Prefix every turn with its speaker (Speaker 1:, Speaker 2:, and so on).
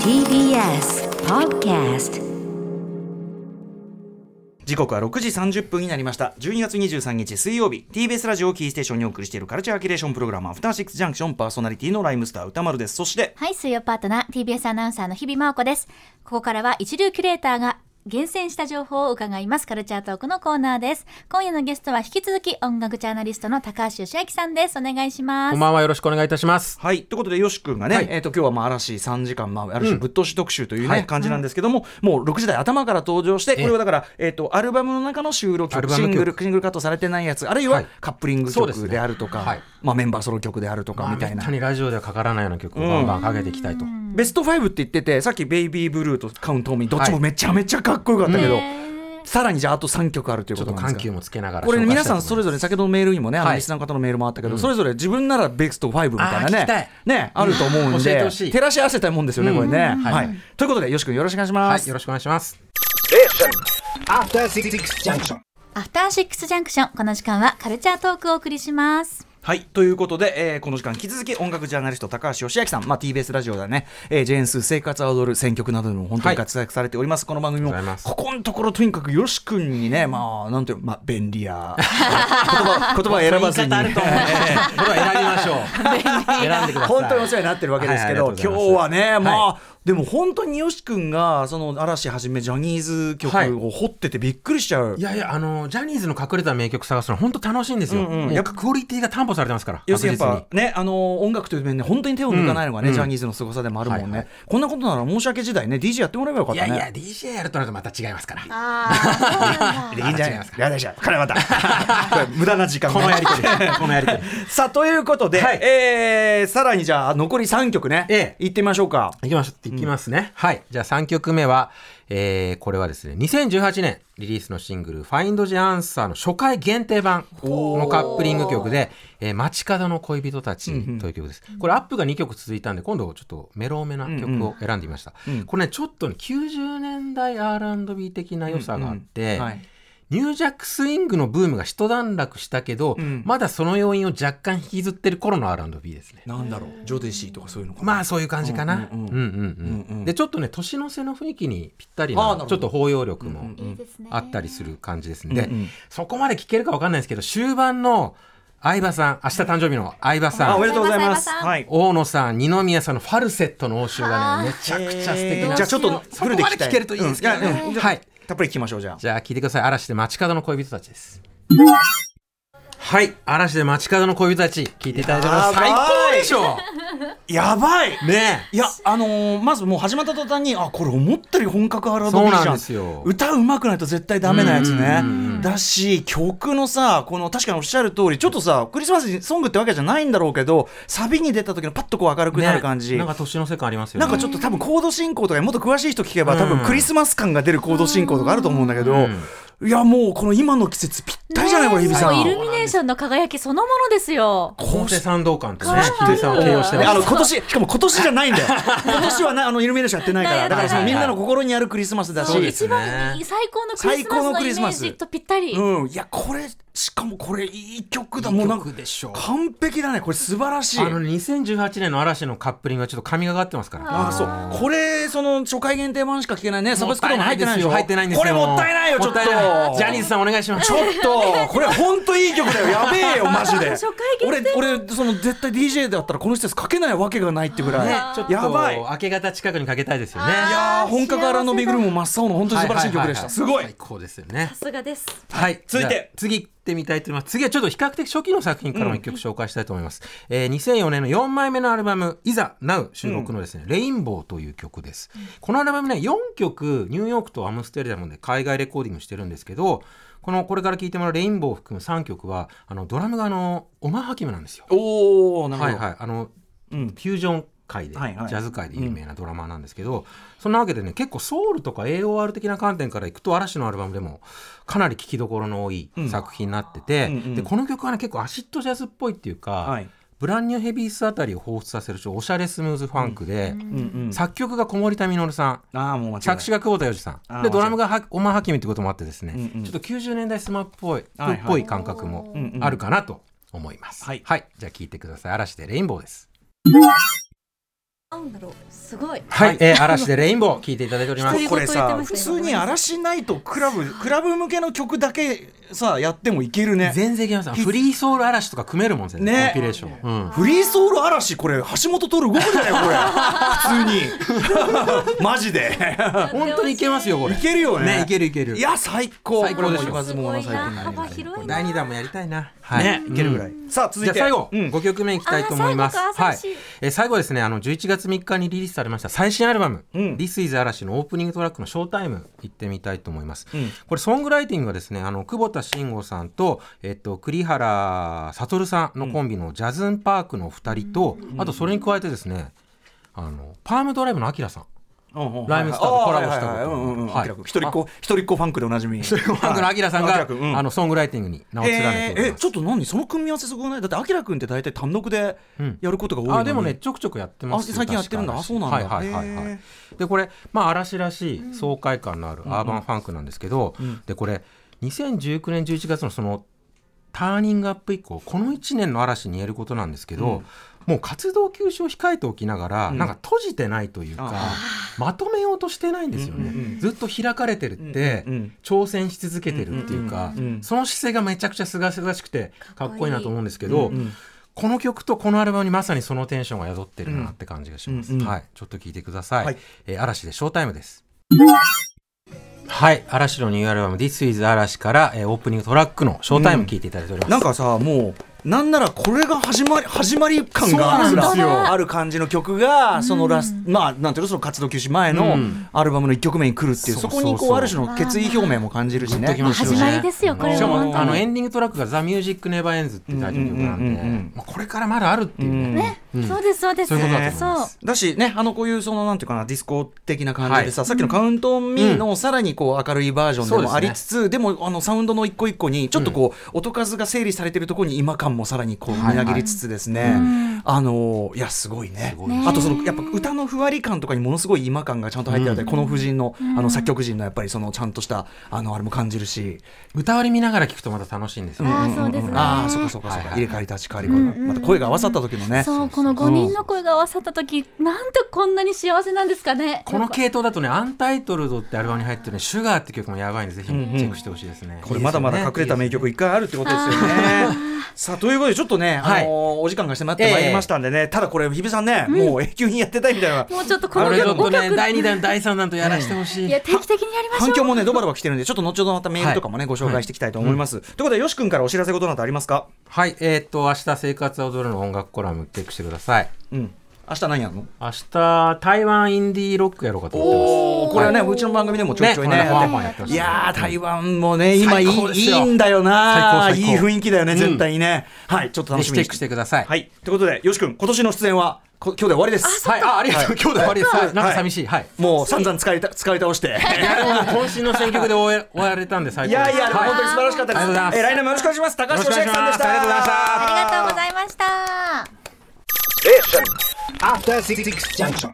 Speaker 1: TBS Podcast
Speaker 2: 時刻は6時30分になりました12月23日水曜日 TBS ラジオをキーステーションにお送りしているカルチャーキュレーションプログラム「アフターシックスジャンクション」パーソナリティのライムスター歌丸ですそして
Speaker 3: はい、水曜パートナー、TBS アナウンサーの日々真央子です。ここからは一流キュレーターが厳選した情報を伺います、カルチャートークのコーナーです。今夜のゲストは引き続き音楽ジャーナリストの高橋義明さんです。お願いしま
Speaker 4: こん
Speaker 3: す。
Speaker 4: ばんはよろしくお願いいたします。
Speaker 2: はいということでよし君がね、
Speaker 4: はい
Speaker 2: えー、と今日はまあ嵐3時間、まあ、ある種
Speaker 4: うん
Speaker 2: ぶっ通し特集という、ね
Speaker 4: はい
Speaker 2: 感じなんですけども、もう6時台頭から登場してこれはだから、えー、とアルバムの中の収録
Speaker 4: ア
Speaker 2: 曲
Speaker 4: ルバ
Speaker 2: シ
Speaker 4: ムの
Speaker 2: ン
Speaker 4: 曲
Speaker 2: グルシングルカットされてないやつあるい
Speaker 4: は
Speaker 2: はいカップリング
Speaker 4: そうです
Speaker 2: 曲
Speaker 4: ね
Speaker 2: であるとか、
Speaker 4: はい
Speaker 2: まあ、メンバーソロ曲であるとかみ
Speaker 4: め
Speaker 2: たい
Speaker 4: っ
Speaker 2: な
Speaker 4: た。にラジオではかからないような曲をバンバンかけていきたいと。
Speaker 2: ベスト5って言っててさっき「ベイビーブルー」と「カウント・オン・ミー」どっちもめちゃめちゃかっこよかったけど、
Speaker 3: ね
Speaker 2: さらにじゃああと3曲あるという
Speaker 4: ちょ
Speaker 2: こ
Speaker 4: っ
Speaker 2: と
Speaker 4: と
Speaker 2: なんです
Speaker 4: 緩
Speaker 2: か
Speaker 4: 急もつけながら
Speaker 2: これ、ね、皆さんそれ
Speaker 4: ぞ
Speaker 2: ぞれ先ほどのメールにもね、あ
Speaker 4: は
Speaker 2: の
Speaker 4: い
Speaker 2: リスナーの方のメールもあったけど、それぞれ自分ならベスト5みたいな
Speaker 4: あー聞きた
Speaker 2: ね
Speaker 4: い
Speaker 2: ねあると思うん
Speaker 4: 教えて
Speaker 2: で
Speaker 4: ほしい
Speaker 2: 照らし合わせたいもんですよね、これね、
Speaker 4: うん
Speaker 2: は
Speaker 4: はいい。
Speaker 2: ということでよし君よろしくお願いしま
Speaker 4: はい
Speaker 2: す。
Speaker 4: よろしくお願いします。
Speaker 5: After Six Junction.
Speaker 3: アフターシックスジャンクション、この時間はカルチャートークをお送りします。
Speaker 2: はいということで、えーこの時間引き続き音楽ジャーナリスト高橋義明さん、まあ、TBS ラジオだね、えー、ジェーンスー生活を踊る選曲などにも本当に活躍されております、この番組も
Speaker 4: ありがとうご
Speaker 2: こ
Speaker 4: ざいます
Speaker 2: このところとにかくよし君にねまあなんていうの まあ便利や言葉言葉を選ばずに
Speaker 4: そういう 言い方あると思うこれは選びましょう。選んでください。
Speaker 2: 本当にお世話になってるわけですけど、
Speaker 4: はいありがと
Speaker 2: 今
Speaker 4: う
Speaker 2: 日
Speaker 4: ござい
Speaker 2: は
Speaker 4: ます
Speaker 2: ね、まあ、でも本当によし君が、その嵐はじめジャニーズ曲
Speaker 4: はい
Speaker 2: を掘っててびっくりしちゃう。
Speaker 4: いやいや、あの、ジャニーズの隠れた名曲探すの本当楽しいんですよ。
Speaker 2: うんうん
Speaker 4: もうクオリティが担保されてますから。
Speaker 2: 要するにやっ
Speaker 4: 確
Speaker 2: ぱね、あの音楽という面で本当に手を抜かないのがね、
Speaker 4: うん
Speaker 2: ジャニーズの凄さでもあるもんね、
Speaker 4: はいはい
Speaker 2: こんなことなら申し訳時代ね DJ やってもらえばよかっ
Speaker 4: 実にい
Speaker 2: た
Speaker 4: や
Speaker 2: ね
Speaker 4: いや、DJ やるとなるとまた違いますから。
Speaker 3: あ
Speaker 2: いいんじゃないですか。いやでしょ。これまた。無駄な時間
Speaker 4: このやりとり。 このやりとり。
Speaker 2: さあ、ということで、
Speaker 4: はい
Speaker 2: えーさらにじゃあ、残り3曲ね、
Speaker 4: ええ
Speaker 2: いってみましょうか。
Speaker 4: いきましょう。いきますね。はい。じゃあ3曲目は、えーこれはですね、2018年リリースのシングル、Find the Answer の初回限定版のカップリング曲で、えー街角の恋人たちという曲です。これアップが2曲続いたんで、今度ちょっとメロめな曲を選んでみました。これね、ちょっとね、90年代 R&B 的な良さがあって、
Speaker 2: うんはい
Speaker 4: ニュージャックスイングのブームが一段落したけど、
Speaker 2: ん
Speaker 4: まだその要因を若干引きずってる頃の R&B ですね。
Speaker 2: なんだろう、ジョデシーとかそういうのかな。
Speaker 4: まあそういう感じかな。
Speaker 2: う
Speaker 4: う
Speaker 2: う
Speaker 4: んんうんん
Speaker 2: う
Speaker 4: うん
Speaker 2: うんうん
Speaker 4: ん。でちょっとね年の瀬の雰囲気にぴったり
Speaker 2: あーな
Speaker 4: な
Speaker 2: るほど
Speaker 4: ちょっと包容力
Speaker 2: うんう
Speaker 4: も
Speaker 2: ん
Speaker 3: ーいいですね。
Speaker 4: あったりする感じですね。
Speaker 2: うんうん
Speaker 4: でそこまで聞けるかわかんないですけど終盤の相葉さん明日誕生日の相葉さ
Speaker 2: あおめ
Speaker 4: ん
Speaker 2: でとうございます。
Speaker 3: おめでとうございます
Speaker 2: はい。
Speaker 4: 大野さん二宮さんのファルセットの応酬がねめちゃくちゃ素敵
Speaker 2: えー
Speaker 4: な。
Speaker 2: じゃあちょっと
Speaker 4: そ
Speaker 2: フ
Speaker 4: こ
Speaker 2: ルで
Speaker 4: ま
Speaker 2: 聞
Speaker 4: で
Speaker 2: きた
Speaker 4: 聞けるといいですけど
Speaker 2: うんいやうん
Speaker 4: ね。はい。
Speaker 2: たっぷり聞きましょうじゃあ。
Speaker 4: じゃあ聞いてください。嵐で街角の恋人たちです。はい。嵐で街角の恋人たち聞いていただいております。
Speaker 2: やばい
Speaker 4: 最高でしょ
Speaker 2: やばい
Speaker 4: ねえ。
Speaker 2: いやあのーまずもう始まった途端にあこれ思ったより本格 R&B じゃん
Speaker 4: そうなんですよ
Speaker 2: 歌うまくないと絶対ダメなやつね
Speaker 4: うんうんうんうん
Speaker 2: だし曲のさこの確かにおっしゃる通りちょっとさクリスマスソングってわけじゃないんだろうけどサビに出た時のパッとこう明るくなる感じ、
Speaker 4: ねなんか年の世界ありますよ
Speaker 2: な
Speaker 4: ね。
Speaker 2: んかちょっと多分コード進行とかもっと詳しい人聞けば
Speaker 4: うん
Speaker 2: 多分クリスマス感が出るコード進行とかあると思うんだけど、いやもうこの今の季節ぴったりじゃないこれ日比さ。
Speaker 3: もうんイルミネーションの輝きそのものですよ。
Speaker 2: こ
Speaker 4: 高
Speaker 2: うし
Speaker 4: 瀬参道館とね、
Speaker 3: そう
Speaker 4: 秀さんを形容してま
Speaker 2: ね
Speaker 4: す。
Speaker 2: あの今年しかも今年じゃないんだ よ今年はなあのイルミネーションやってないからだからそのみんなの心にあるクリスマスだし
Speaker 3: そう
Speaker 4: です
Speaker 3: 一
Speaker 4: ね
Speaker 3: 番いい最高のクリスマスのイメージとぴったり。
Speaker 2: うん、いやこれしかもこれいい曲だもうなんか
Speaker 4: でしょ
Speaker 2: 完璧だねこれ素晴らしい
Speaker 4: あの2018年の嵐のカップリングはちょっと神がかってますから。
Speaker 2: あーそうこれその初回限定版しか聞けないねサブスクでも入ってないでしょ
Speaker 4: 入ってないんですよ。
Speaker 2: これもったいないよちょっと
Speaker 4: もたいないジャニーズさんお願いします。
Speaker 2: ちょっとこれ本当いい曲だよやべ えよマジで
Speaker 3: 初回限定
Speaker 2: 俺俺その絶対 DJ だったらこの施設かけないわけがないってぐらい、
Speaker 4: ね、ちょっと
Speaker 2: やばい
Speaker 4: 明け方近くにかけたいですよね。
Speaker 2: いやー本格アラのビグルも真っ青の本当に素晴らしい曲でした、
Speaker 4: ははは
Speaker 2: すごい
Speaker 4: 最高ですよね
Speaker 3: さ。すがです。
Speaker 4: はい、
Speaker 2: 続いて
Speaker 4: じゃあ次行ってみたいと思います次はちょっと比較的初期の作品からも一曲紹介したいと思います、えー2004年の4枚目のアルバム「いざ NOW」収録のですね「レインボー」という曲です、このアルバムね4曲ニューヨークとアムステルダムで海外レコーディングしてるんですけどこのこれから聴いてもらう「レインボー」を含む3曲はあのドラムがあのオマーハキムなんですよ
Speaker 2: おおなるほ
Speaker 4: は
Speaker 2: ど、
Speaker 4: いはいあの
Speaker 2: うん
Speaker 4: フュージョン界で、
Speaker 2: はいはい
Speaker 4: ジャズ界で有名なドラマーなんですけど、そんなわけでね結構ソウルとか AOR 的な観点からいくと嵐のアルバムでもかなり聴きどころの多い
Speaker 2: うん
Speaker 4: 作品になってて、
Speaker 2: うんうん
Speaker 4: でこの曲はね結構アシッドジャズっぽいっていうか、
Speaker 2: はい
Speaker 4: ブランニューヘビースあたりを彷彿させるちょっとおしゃれスムーズファンクで、
Speaker 2: うんうん、
Speaker 4: 作曲が小森田実さん
Speaker 2: ああもう間違いない
Speaker 4: 作詞が久保田洋二さ
Speaker 2: あー
Speaker 4: んでドラムがはオマーハキミってこともあってですね、
Speaker 2: うんうん
Speaker 4: ちょっと90年代スマップっぽい,、
Speaker 2: はいはい
Speaker 4: っぽい感覚も
Speaker 2: うんうん
Speaker 4: あるかなと思います、
Speaker 2: はい
Speaker 4: はい、じゃあ聴いてください嵐で「レインボー」です
Speaker 3: なんだろうすごい
Speaker 4: はい、えー嵐でレインボー聞いていただいてお ります
Speaker 3: 一人
Speaker 2: これさ
Speaker 3: 言って
Speaker 2: 普
Speaker 3: ましたよ
Speaker 2: 通に嵐ないとクラブクラブ向けの曲だけさやってもいけるね
Speaker 4: 全然いけますフリーソウル嵐とか組めるもん全然、
Speaker 2: ね
Speaker 4: コンピレーション、うん
Speaker 2: フリーソウル嵐これ橋本徹動くじゃないこれ普 通にマジで
Speaker 4: 本当にいけますよこれ
Speaker 2: いけるよね
Speaker 4: いけるいける
Speaker 2: いや最高
Speaker 4: 最高でし
Speaker 2: これも
Speaker 4: ょ
Speaker 2: 言わずもがな最高になりま
Speaker 3: 幅
Speaker 2: す
Speaker 3: 広いな
Speaker 4: 第2弾もやりたいな、は
Speaker 2: ねいけるぐら
Speaker 4: い
Speaker 2: いさあ続い
Speaker 4: じゃ
Speaker 2: て
Speaker 4: あ最後、
Speaker 2: う
Speaker 4: 五
Speaker 2: ん
Speaker 4: 5曲目いきたいと思います。
Speaker 3: あー最後か
Speaker 4: はい
Speaker 3: 寂しい。
Speaker 4: えー最後ですね、あの11月3日にリリースされました最新アルバム、
Speaker 2: うん
Speaker 4: This is 嵐のオープニングトラックのショータイム行ってみたいと思います。
Speaker 2: うん
Speaker 4: これソングライティングはですね、あの久保田慎吾さんとえっと栗原悟さんのコンビのジャズンパークの2人と、あとそれに加えてですね、あのパームドライブのアキラさん。
Speaker 2: うんうん
Speaker 4: ライムスターとコラボしたこと
Speaker 2: あーはいはいはいうんうんうん
Speaker 4: はい
Speaker 2: アキラ君一人っ子一人っ子ファンクでおなじみ一人
Speaker 4: ファンクのアキラさんが、あのソングライティングに名を連ね
Speaker 2: え
Speaker 4: てお
Speaker 2: ー
Speaker 4: り
Speaker 2: え
Speaker 4: ます。
Speaker 2: ちょっと何その組み合わせすごくないだってアキラ君って大体単独でやることが多いのに
Speaker 4: あでもねちょくちょくやってますよ
Speaker 2: あ最近やってるんだ
Speaker 4: 確か
Speaker 2: あそうなんだ
Speaker 4: はいはいはいは
Speaker 2: へ
Speaker 4: いでこれまあ嵐らしい爽快感のあるアーバンファンクなんですけど、でこれ2019年11月のそのターニングアップ以降この1年の嵐に言えることなんですけど、もう活動休止を控えておきながら、なんか閉じてないというか
Speaker 2: あ
Speaker 4: まとめようとしてないんですよね、
Speaker 2: うんうんうん
Speaker 4: ずっと開かれてるって、
Speaker 2: うんうんうん
Speaker 4: 挑戦し続けてるっていうか、
Speaker 2: うんうんうん
Speaker 4: その姿勢がめちゃくちゃすがすがしくてかっこいいなと思うんですけど、
Speaker 2: うんうん
Speaker 4: この曲とこのアルバムにまさにそのテンションが宿ってるなって感じがします。
Speaker 2: うんうん
Speaker 4: はい、ちょっと聞いてください。
Speaker 2: はい
Speaker 4: えー嵐でショータイムです。はい、嵐のニューアルバム This Is 嵐から、えーオープニングトラックのショータイム聞いていただいております。
Speaker 2: なんかさもうなんならこれが始まり始まり感
Speaker 4: そうなんですよ
Speaker 2: がある感じの曲がそのラス、まあなんていうのその活動休止前の
Speaker 4: うん
Speaker 2: アルバムの一曲目に来るっていう、
Speaker 4: そ
Speaker 2: そ
Speaker 4: うそ
Speaker 2: こ
Speaker 4: うそう
Speaker 2: にこうある種の決意表明も感じるし
Speaker 4: グッと
Speaker 2: ね
Speaker 4: き。ますよね
Speaker 3: 始まりですよこれ
Speaker 4: しか
Speaker 3: は本
Speaker 4: も
Speaker 3: 当
Speaker 4: あ
Speaker 3: に
Speaker 4: のエンディングトラックが「ザ・ミュージック・ネバー・エンズ」っていうタイトル曲なん
Speaker 2: うん
Speaker 4: で
Speaker 2: うんうんうん、
Speaker 4: まあこれからまだあるっていうね。
Speaker 2: ね
Speaker 4: うん
Speaker 3: そうですそうです
Speaker 4: そういうことだと思います
Speaker 3: そ
Speaker 2: だしね、あのこういうそのなんていうかなディスコ的な感じでさ、さっきのカウントオンミーのさらにこう明るいバージョンで
Speaker 4: そうです
Speaker 2: も
Speaker 4: ね
Speaker 2: ありつつ、でもあのサウンドの一個一個にちょっとこう、音数が整理されてるところに今感もさらにこう
Speaker 4: はい
Speaker 2: みなぎりつつですね、あのいやすごいね
Speaker 4: すごいね
Speaker 2: あとそのやっぱ歌のふわり感とかにものすごい今感がちゃんと入ってあって、この夫人のあの作曲人のやっぱりそのちゃんとしたあのあれも感じるし、
Speaker 4: 歌割り見ながら聴くとまた楽しいんですよ。
Speaker 3: あーそうですね
Speaker 2: ああそうかそうかそうか、
Speaker 4: はいは
Speaker 2: 入
Speaker 4: い
Speaker 2: れ替わり立ち替わり、また声が合わさった時のね
Speaker 3: うそうこの5人の声が合わさった時なんてこんなに幸せなんですかね
Speaker 4: この系統だとね、アンタイトルドってアルバムに入ってるね、シュガーって曲もやばいんで、ぜひチェックしてほしいですね。
Speaker 2: これまだまだ隠れた名曲いっぱいあるってことですよね。さあということでちょっとね、
Speaker 4: はい
Speaker 2: あのーお時間が迫ってまいりましたんでね、ただこれ日比さんね、もう永久にやってたいみたいな
Speaker 3: もうちょっとこ
Speaker 4: あ
Speaker 3: の
Speaker 4: れち
Speaker 3: 曲
Speaker 4: ょっと
Speaker 3: 5
Speaker 4: ね、
Speaker 3: 曲
Speaker 4: 第2弾、第3弾とやらしてほし
Speaker 3: い
Speaker 4: い。
Speaker 3: や定期的にやりましょう
Speaker 2: 反響もねドバドバ来てるんでちょっと後ほどまたメールとかもね、
Speaker 4: はい
Speaker 2: ご紹介していきたいと思います。ということでよし君からお知らせことなどありますか？
Speaker 4: はい、えーっと、明日生活は踊るの音楽コラムチェックしてください。
Speaker 2: うん。明日何やるの？
Speaker 4: 明日、台湾インディーロックやろうかと思ってます。
Speaker 2: おこれはね、うちの番組でもちょいちょいねや
Speaker 4: ね
Speaker 2: って
Speaker 4: これねワンワンやってます
Speaker 2: いやー台湾もね今いい
Speaker 4: 最高で
Speaker 2: い
Speaker 4: すよ
Speaker 2: いんだよな
Speaker 4: 最高最高
Speaker 2: いい雰囲気だよね絶対にね、はいちょっと
Speaker 4: ぜ
Speaker 2: 楽し
Speaker 4: ひチ
Speaker 2: み
Speaker 4: ェ
Speaker 2: に
Speaker 4: ックしてください。
Speaker 2: はいということでよし君今年の出演はこ今日で終わりです。
Speaker 4: はい、あ、ありがとう。今日で終わりです。はいなんか寂しい。はい。
Speaker 2: もう散々使いた使い倒して。
Speaker 4: 渾身の選曲で終え終われたんで、最
Speaker 2: い
Speaker 4: 高で
Speaker 2: や
Speaker 4: す。
Speaker 2: いや、でも
Speaker 4: はい
Speaker 2: 本当に素晴らしかったで
Speaker 4: ありがとうございます
Speaker 2: す。えー来年もよろしくお願いします。高橋義明さんでした。
Speaker 4: よろしくお願いしますありがとうございました
Speaker 3: ありがとうございました
Speaker 5: Station. After Six Junction.